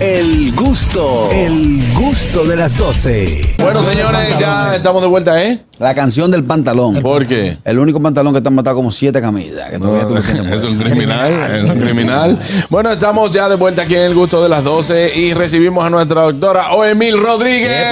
El gusto, el gusto de las 12. Bueno, señores, ya estamos de vuelta, ¿eh? La canción del pantalón. ¿Por qué? El único pantalón que te han matado como siete camisas. que todavía tú lo tienes es puesto. un criminal, es un criminal. Bueno, estamos ya de vuelta aquí en El Gusto de las 12 y recibimos a nuestra doctora Oemil Rodríguez.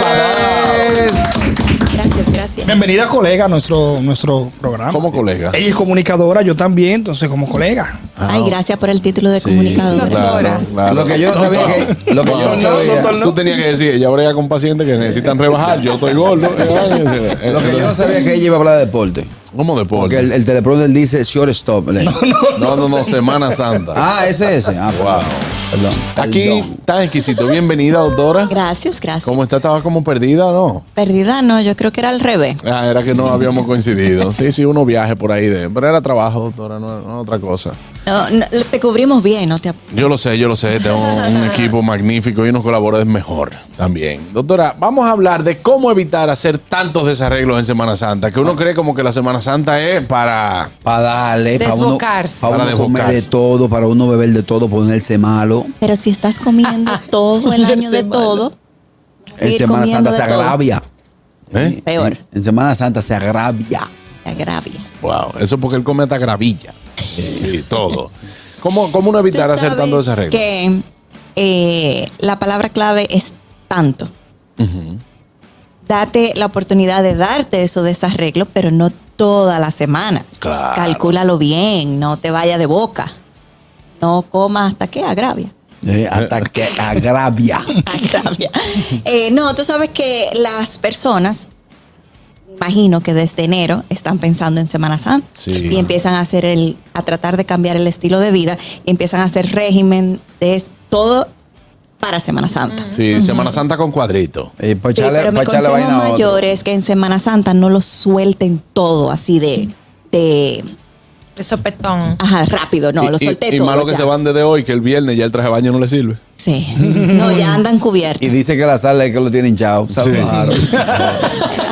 Gracias, gracias. Bienvenida, colega, a nuestro, nuestro programa. Como colega. Ella es comunicadora, yo también, entonces como colega. Ay, gracias por el título de Sí, comunicadora. claro, claro. Lo que yo no sabía que. Lo que yo no sabía. Tú tenías que decir, ella brega con pacientes que necesitan rebajar, yo estoy gordo. Lo que yo no sabía es que ella iba a hablar de deporte. ¿Cómo Porque deporte? el, el teleprompter dice short stop. No, no, no, Semana Santa. Ah, ese es ese. Ah, Wow. perdón. Aquí tan exquisito. Bienvenida, doctora. Gracias, gracias. ¿Cómo está? Estaba como perdida, ¿no? Perdida no, yo creo que era al revés. Ah, era que no habíamos coincidido. Sí, sí, uno viaje por ahí. De, pero era trabajo, doctora, no, no otra cosa. No, no, te cubrimos bien, no te ap- Yo lo sé, yo lo sé. Tengo un equipo magnífico y unos colaboradores mejor también. Doctora, vamos a hablar de cómo evitar hacer tantos desarreglos en Semana Santa. Que uno cree como que la Semana Santa es para... Para darle, para uno, Desbocarse. pa' Para uno comer de desbocarse. todo, para uno beber de todo, ponerse malo. Pero si estás comiendo todo el año de todo, En seguir Semana comiendo Santa se de todo. agravia. ¿eh? peor, En, en Semana Santa se agravia. te agravia. Wow, eso porque él come hasta gravilla y todo. ¿Cómo, cómo uno Tú evitar hacer tantos sabes desarreglos? que eh, la palabra clave es tanto. Date la oportunidad de darte esos desarreglos, pero no toda la semana. Claro. Calcúlalo bien, no te vayas de boca. No comas hasta que agravia. Eh, hasta que agravia. Agravia. Eh, no, tú sabes que las personas, imagino que desde enero están pensando en Semana Santa Sí. y empiezan a hacer el, a tratar de cambiar el estilo de vida y empiezan a hacer régimen de todo para Semana Santa. Sí, Semana Santa con cuadrito. Eh, pa' Sí, echarle- pero pues pa' mi echarle consejo vaina a otro. mayor es que en Semana Santa no lo suelten todo así de, de De sopetón. ajá, rápido, no, y, lo y- solté y todo. malo que ya. se van desde hoy, que el viernes ya el traje de baño no le sirve. Sí, no, ya andan cubiertos. Y dice que la sala es que lo tiene hinchado. Salvaron.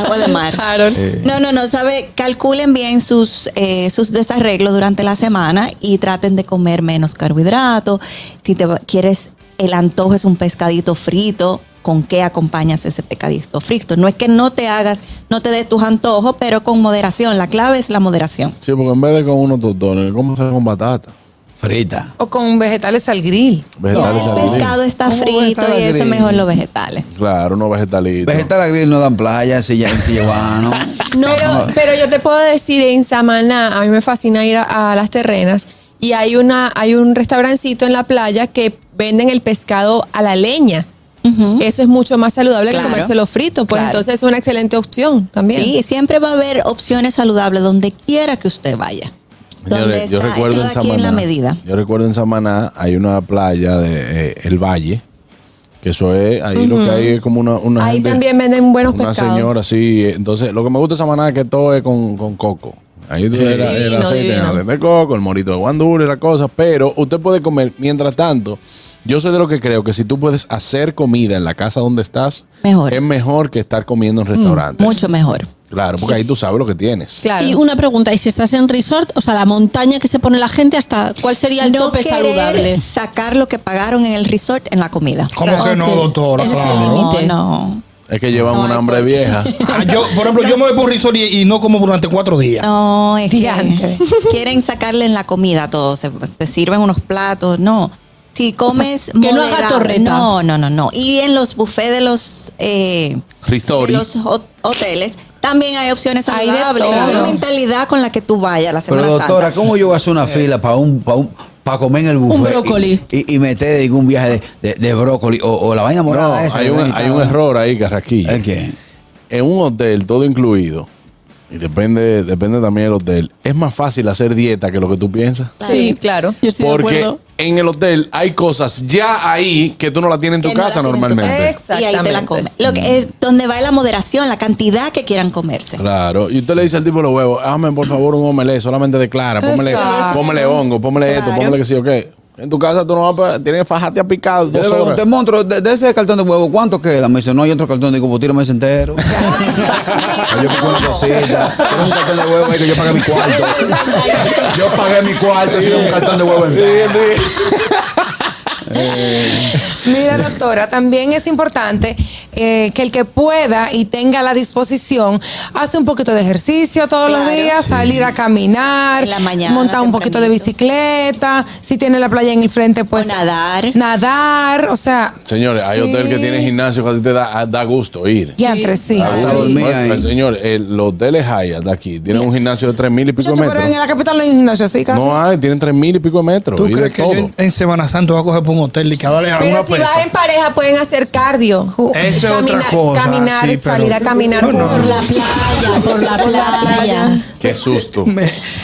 Agua de mar. Harold. Eh. No, no, no, sabe, calculen bien sus, eh, sus desarreglos durante la semana y traten de comer menos carbohidratos. Si te va- quieres, el antojo es un pescadito frito, ¿con qué acompañas ese pescadito frito? No es que no te hagas, no te des tus antojos, pero con moderación. La clave es la moderación. Sí, porque en vez de con unos tostones, ¿cómo se con batata? Frita. O con vegetales al grill. Vegetales el al grill. pescado está ¿Cómo frito vegetal y eso es agríe? mejor los vegetales. Claro, unos vegetalitos. Vegetal agril no dan playa, si ya en Sillano. No, pero, pero yo te puedo decir, en Samaná, a mí me fascina ir a, a las terrenas y hay, una, hay un restaurancito en la playa que venden el pescado a la leña. Eso es mucho más saludable Claro. que comérselo frito, pues Claro. entonces es una excelente opción también. Sí, siempre va a haber opciones saludables donde quiera que usted vaya. Donde Señores, yo está recuerdo todo en aquí Samaná. en la medida. Yo recuerdo en Samaná hay una playa de eh, El Valle, que eso es, ahí lo que hay es como una, una Ahí gente- también venden buenos una pescados. señora, sí. Entonces, lo que me gusta de Samaná es que todo es con, con coco. Ahí tú era el divino, aceite divino. de coco, el morito de guandula y la cosa. Pero usted puede comer. Mientras tanto, yo soy de lo que creo que si tú puedes hacer comida en la casa donde estás, Mejor. Mm, es mejor que estar comiendo en restaurantes. Mucho mejor. Claro, porque ahí tú sabes lo que tienes. Claro. Y una pregunta, ¿y si estás en resort, o sea, la montaña que se pone la gente, hasta cuál sería el tope querer saludable? sacar lo que pagaron en el resort en la comida. ¿Cómo que no, Ok. doctora? Ese es el Claro. límite. No, no. Es que llevan una hambre vieja. Ah, yo, por ejemplo, yo me voy por risor y, y no como durante cuatro días. No, es que Diantre. quieren sacarle en la comida todo. Se, se sirven unos platos, no. Si comes que no haga moderado- torreta. No, no, no, no. Y en los buffets de los, eh, de Ristori. los hot- hoteles también hay opciones Hay de saludables. todo. La mentalidad con la que tú vayas la Pero Semana doctora, Santa. ¿cómo yo voy a hacer Eh. una fila para un, para un para comer en el buffet? y- brócoli. Y, y meter digo, un viaje de, de- de brócoli o, o la vaina morada No, esa. hay que un, le hay un quitaban. error ahí, Carraquilla. ¿El qué? en un hotel todo incluido, y depende, depende también del hotel, es más fácil hacer dieta que lo que tú piensas. Sí, claro. Yo estoy de Porque acuerdo. en el hotel hay cosas ya ahí que tú no la tienes en tu que no la casa tienen en tu normalmente. casa. Y ahí te la Exactamente. comes. Lo que es donde va la moderación, la cantidad que quieran comerse. Claro, y usted le dice al tipo los huevos, hazme por favor un omelé, solamente declara, pómele, Exacto. pómele hongo, pómele esto, Claro. pómele que sí o qué. En tu casa tú no vas a pa- tienes que fajarte a picar Yo dos le horas. pregunté, monstruo, de, de ese cartón de huevo, ¿cuánto queda? Me dice, no hay otro cartón. Digo, pues tírame ese entero. Ah, yo pico una cosita. Tengo un cartón de huevo ahí que yo pagué mi cuarto. Yo pagué mi cuarto y tengo un cartón de huevo entero. Sí, sí. Mira, doctora, también es importante eh, que el que pueda y tenga la disposición, hace un poquito de ejercicio todos los Claro. días, salir a caminar, En la mañana, montar un poquito de tempranito. bicicleta, si tiene la playa en el frente, pues nadar. nadar, o sea, Señores, hay hotel que tiene gimnasio que a ti te da, da gusto ir. y entre Ah, sí. Da gusto. dormir Bueno, ahí. Señores, el- los hoteles Hyatt de aquí tienen un gimnasio de tres mil y pico Muchacho, pero en metros. la capital no hay gimnasio, sí, casi. No hay, tienen tres mil y pico de metros. ¿Tú y de crees que yo todo. en, en Semana Santa voy a coger por un hotel y que darle a una Pero si vas persona? en pareja pueden hacer cardio. Ju- Eso es otra cosa, Caminar, sí, pero- salir a caminar. No, no, por no. la- playa, por la playa. Qué susto.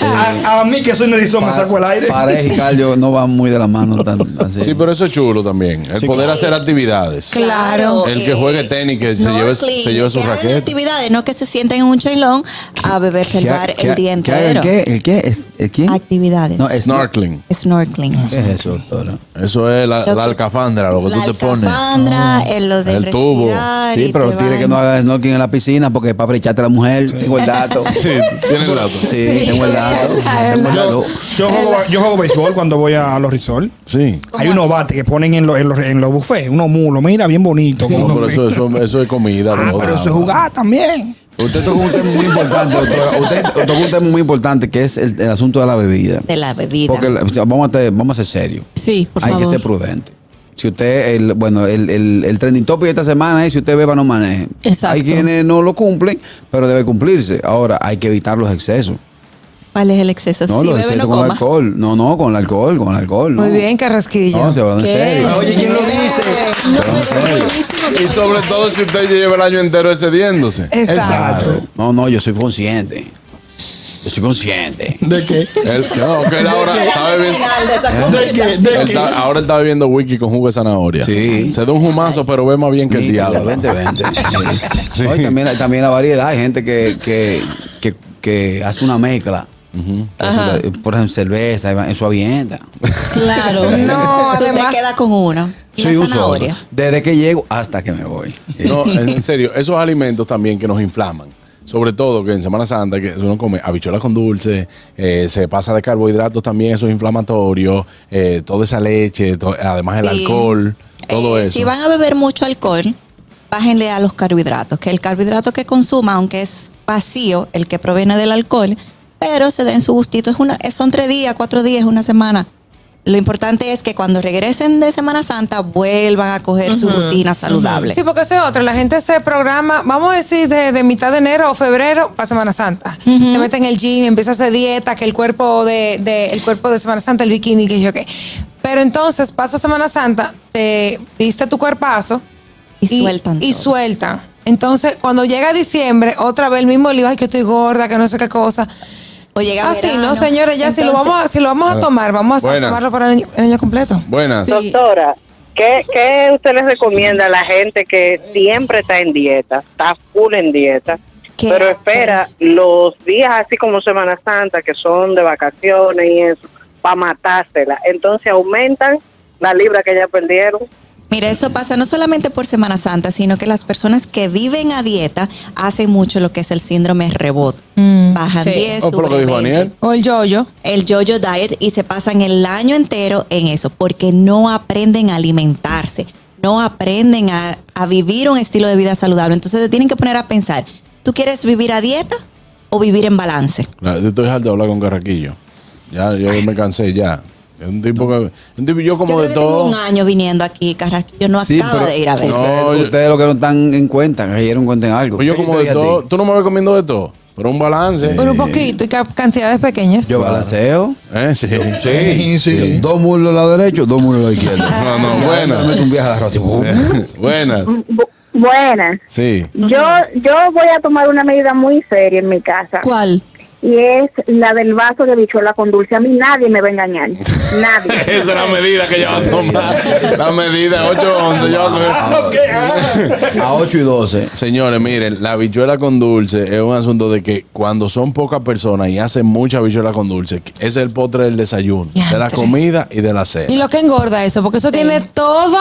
a, a mí que soy narizón me sacó el aire. Pareja y cardio no van muy de la mano tan así. Sí, pero eso es chulo también. El Sí, poder claro. hacer actividades. Claro. Eh, El que juegue tenis, que se lleve- se snorkeling, lleve su que hagan raqueta. actividades, no que se sienten en un chailón a beberse el ¿Qué ha- bar qué el ha- día qué ha- ¿El entero. qué? ¿El qué? ¿Es- ¿El quién? Actividades. No, es- Ah, Snorkeling. Snorkeling. ¿Qué es eso, doctora? Eso es la, Lo la que- alcafandra, lo que La tú te pones. alcafandra, el lo de El tubo. respirar Sí, y Ah. pero te tiene van- que no haga snorkeling en la piscina porque para brecharte a la mujer, tengo el dato. Sí, tiene el dato. Sí, tengo el dato. Tengo el Yo, dato. yo juego, yo juego béisbol cuando voy a los resorts. Sí. Hay unos bates que ponen en los, en los, en los buffets, unos mulos, mira, bien bonito. con No, unos pero eso, fritos. eso, eso es comida. Ah, no, pero nada. eso es jugar también. Usted tocó un tema muy importante, doctora. Usted tocó un tema muy importante que es el, el asunto de la bebida. de la bebida. Porque la- o sea, vamos a, te- vamos a ser serios. Sí, por Hay favor. que ser prudente. Si usted, el, bueno, el, el, el trending topic de esta semana es si usted beba, no maneje. Exacto. Hay quienes no lo cumplen, pero debe cumplirse. Ahora, hay que evitar los excesos. ¿Cuál es el exceso? No, si los bebe, excesos no con coma. alcohol. No, no, con el alcohol, con el alcohol. no. Muy bien, Carrasquillo. No, estoy hablando en ¿Qué? serio. Oye, ¿quién lo dice? No, pero es buenísimo que Y sobre todo si usted lleva el año entero excediéndose. Eh. Exacto. Claro. No, no, yo soy consciente. Yo soy consciente. ¿De qué? Él- no, que él ahora está bebiendo. ¿De qué? ¿De él qué? está- ahora él está bebiendo whisky con jugo de zanahoria. Sí. Se da un jumazo, pero ve más bien que el diablo. 20, 20. Sí. No, y también, la- también la variedad. Hay gente que, que, que, que hace una mezcla. Entonces, la- Por ejemplo, cerveza, en su avienta. Claro. No, Tú además. te quedas con uno. Y Soy la un solo. zanahoria. Desde que llego hasta que me voy. No, en serio, esos alimentos también que nos inflaman. Sobre todo que en Semana Santa que uno come habichuelas con dulce, eh, se pasa de carbohidratos también, eso es inflamatorio, eh, toda esa leche, to- además el Sí. alcohol, todo Eh, eso. Si van a beber mucho alcohol, bájenle a los carbohidratos, que el carbohidrato que consuma, aunque es vacío, el que proviene del alcohol, pero se den su gustito. Es una, es- son tres días, cuatro días, una semana. Lo importante es que cuando regresen de Semana Santa vuelvan a coger su rutina saludable. Sí, porque eso es otro. La gente se programa, vamos a decir, de, de mitad de enero o febrero para Semana Santa. Se mete en el gym, empieza a hacer dieta, que el cuerpo de, de- el cuerpo de Semana Santa, el bikini, que yo qué. Pero entonces pasa Semana Santa, te diste tu cuerpazo y, sueltan. Y todo. sueltan. Entonces, cuando llega diciembre, otra vez el mismo lío, ay, que estoy gorda, que no sé qué cosa. O llega Así, Ah, no, verano. señores, ya si lo Entonces, vamos a, si lo vamos a tomar, vamos a Ah, Buenas. tomarlo para el año- el año completo. Buenas. Doctora, ¿qué, ¿qué usted les recomienda a la gente que siempre está en dieta, está full en dieta, ¿Qué? pero espera los días así como Semana Santa, que son de vacaciones y eso, para matársela? Entonces aumentan la libra que ya perdieron. Mira, eso pasa no solamente por Semana Santa, sino que las personas que viven a dieta hacen mucho lo que es el síndrome rebote. Mm, Bajan sí. 10, O por lo que suben dijo 20. Aniel. O el yoyo. el yo-yo diet y se pasan el año entero en eso porque no aprenden a alimentarse, no aprenden a, a vivir un estilo de vida saludable. Entonces se tienen que poner a pensar, ¿tú quieres vivir a dieta o vivir en balance? No, yo estoy harto de hablar con Carraquillo. Ya, yo me cansé ya. Es un tipo que. un tipo- yo como Yo creo de que todo. tengo un año viniendo aquí, Carrasquillo no Sí, acaba pero- de ir a ver. No, Ustedes- yo- ustedes lo que no están en cuenta, que dieron cuenta en algo. Pues yo ¿Qué como te de dije a ti? todo. Tú no me ves comiendo de todo. Pero un balance. Pero un poquito y ca- cantidades pequeñas. Yo balanceo. Eh, sí. Sí, Sí, sí. Dos mulos al lado derecho, dos mulos al lado izquierdo. No, Ah, no, Ya, buenas. me meto un viaje a la rosa. Buenas. Buenas. Sí. Yo, yo voy a tomar una medida muy seria en mi casa ¿Cuál? y es la del vaso de bichuela con dulce. A mí nadie me va a engañar. Nadie. Esa es la medida que yo voy a tomar. La medida 8-11. yo voy a comer. A 8 y 12. Señores, miren, la habichuela con dulce es un asunto de que cuando son pocas personas y hacen mucha habichuela con dulce, ese es el postre del desayuno, de la Diantre. comida y de la cena. Y lo que engorda eso, porque eso tiene todo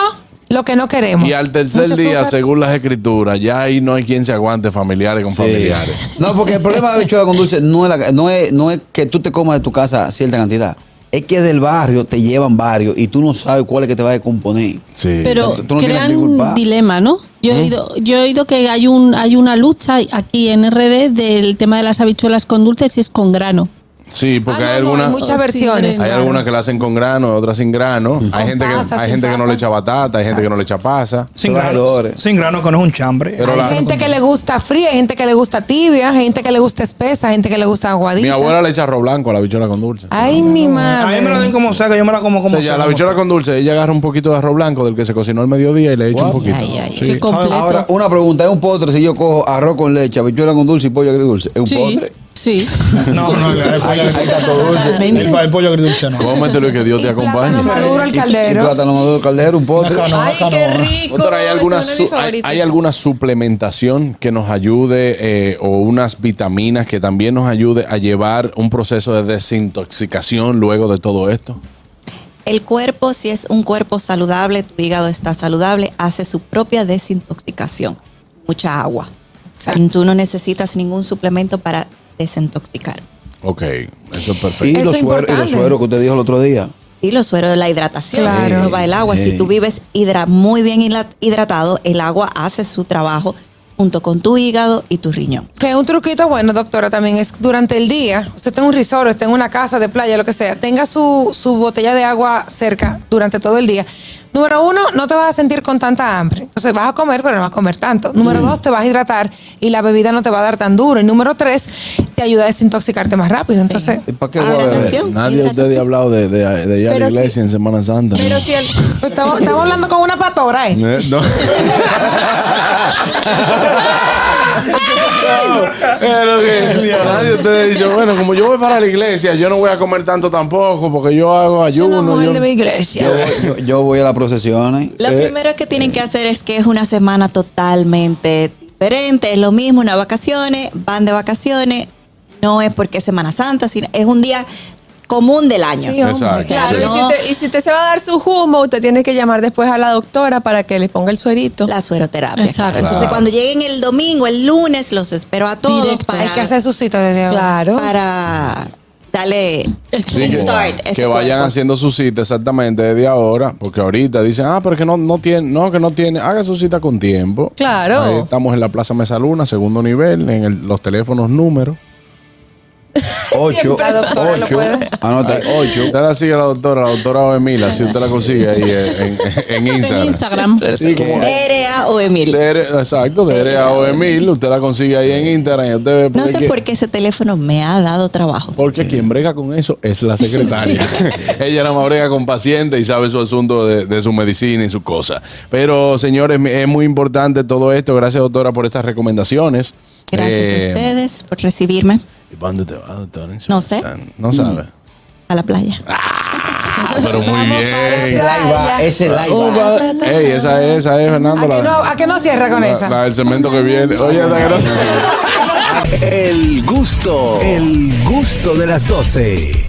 lo que no queremos. Y al tercer Mucho día, azúcar. según las escrituras, ya ahí no hay quien se aguante, familiares con familiares. No, porque el problema de habichuela con dulce no es, la- no, es, no es que tú te comas de tu casa cierta cantidad. es que del barrio te llevan varios y tú no sabes cuál es que te va a descomponer. Sí. Pero Tú Eh, no tienes ¿Eh? crean la culpa. un dilema, ¿no? Yo he, oído, yo he oído que hay un hay una lucha aquí en RD del tema de las habichuelas con dulces y es con grano. Sí, porque hay Ah, no, no, hay algunas. muchas versiones, Hay claro. algunas que la hacen con grano, otras sin grano. Hay gente, pasa, que, hay sin gente que no pasa. le echa batata, hay gente que no le echa pasa. Sin Son grano, valores. sin grano, que no es un chambre. Pero hay la- gente que le gusta fría, hay gente que le gusta tibia, hay gente que le gusta espesa, hay gente que le gusta aguadita. Mi abuela le echa arroz blanco a la bichola con dulce. Ay, mi A madre. mí me la den como sea, que yo me la como O como sea, ya sea, la como bichola con dulce, ella agarra un poquito de arroz blanco del que se cocinó al mediodía y le echa un poquito. Ay, ay, ay. Sí. Qué completo. Ahora, una pregunta, ¿es un postre si yo cojo arroz con leche, habichuela con dulce y pollo agridulce? ¿Es un Sí, postre? sí. sea. No, no, el pollo Hay gato dulce. agridulce. El, pa- el pollo agridulce no. Cómetelo y que Dios te Y acompañe. plátano maduro al Y caldero. plátano maduro caldero, un postre. Acá no, Ay, acá qué no. rico. Doctora, ¿hay ese alguna, es uno de su- mis hay, favoritos. hay alguna suplementación que nos ayude eh, o unas vitaminas que también nos ayude a llevar un proceso de desintoxicación luego de todo esto? El cuerpo, si es un cuerpo saludable, tu hígado está saludable, hace su propia desintoxicación. Mucha agua. Exacto. Tú no necesitas ningún suplemento para desintoxicar. Ok, eso es perfecto. Y Eso los, sueros, es y los importante. sueros que usted dijo el otro día. Sí, los sueros de la hidratación, Claro. no va el agua. Si tú vives hidra- muy bien hila- hidratado, el agua hace su trabajo junto con tu hígado y tu riñón. Que un truquito bueno, doctora, también es durante el día, usted está en un resort, está en una casa de playa, lo que sea, tenga su, su botella de agua cerca durante todo el día. Número uno, no te vas a sentir con tanta hambre. Entonces vas a comer, pero no vas a comer tanto. Número dos, te vas a hidratar y la bebida no te va a dar tan duro. Y número tres, te ayuda a desintoxicarte más rápido. Entonces, ¿Y para qué voy a beber? Hidratación, Nadie de ustedes ha hidratación. hablado de, de, de ir a la Pero iglesia sí. en Semana Santa. Pero si el, estamos, estamos hablando con una patora, ¿eh? Eh, no. Pero que nadie de ustedes dice, bueno, como yo voy para la iglesia, yo no voy a comer tanto tampoco, porque yo hago Yo una ayuno. mujer yo- de mi iglesia. Yo voy, yo- yo voy a las procesiones. Lo primero que eh. tienen que hacer es que es una semana totalmente diferente, es lo mismo, unas vacaciones, van de vacaciones, no es porque es Semana Santa, sino es un día común del año. Sí, hombre. Exacto, claro, sí. y, si usted, y si usted se va a dar su humo, usted tiene que llamar después a la doctora para que le ponga el suerito. La sueroterapia. Exacto. Entonces, cuando lleguen el domingo, el lunes, los espero a todos Directo. para, Hay que hacer su cita desde ahora. claro. para darle El Sí, que, start. que ese vayan cuerpo. haciendo su cita exactamente desde ahora, porque ahorita dicen, ah, pero que no, no tiene, no, que no tiene, haga su cita con tiempo. Claro. Ahí estamos en la Plaza Mesa Luna, segundo nivel, en el- los teléfonos números. 8, Siempre, doctora, lo 8, puede. anota Usted 8. la sigue a la doctora, la doctora Oemila, si usted la consigue ahí eh, en, en Instagram. En Instagram. Sí, como- DRA o Emil. Dere- exacto, DRA o Emil, usted la consigue ahí en Instagram. y usted ve No sé que- por qué ese teléfono me ha dado trabajo. Porque quien brega con eso es la secretaria. Ella nada más brega con pacientes y sabe su asunto de, de su medicina y su cosa. Pero, señores, mi- es muy importante todo esto. Gracias, doctora, por estas recomendaciones. Gracias Eh, a ustedes por recibirme ¿Y para dónde te vas, doctora? En No Mm. Semana Santa. No sabe. a la playa. Ah, pero muy bien. Es el Oh, live. va- Ey, esa es, esa es, Fernando. ¿A que, no, La, ¿A que no cierra con la- esa? la del cemento que viene. Oye, esa que no- El gusto, el gusto de las 12.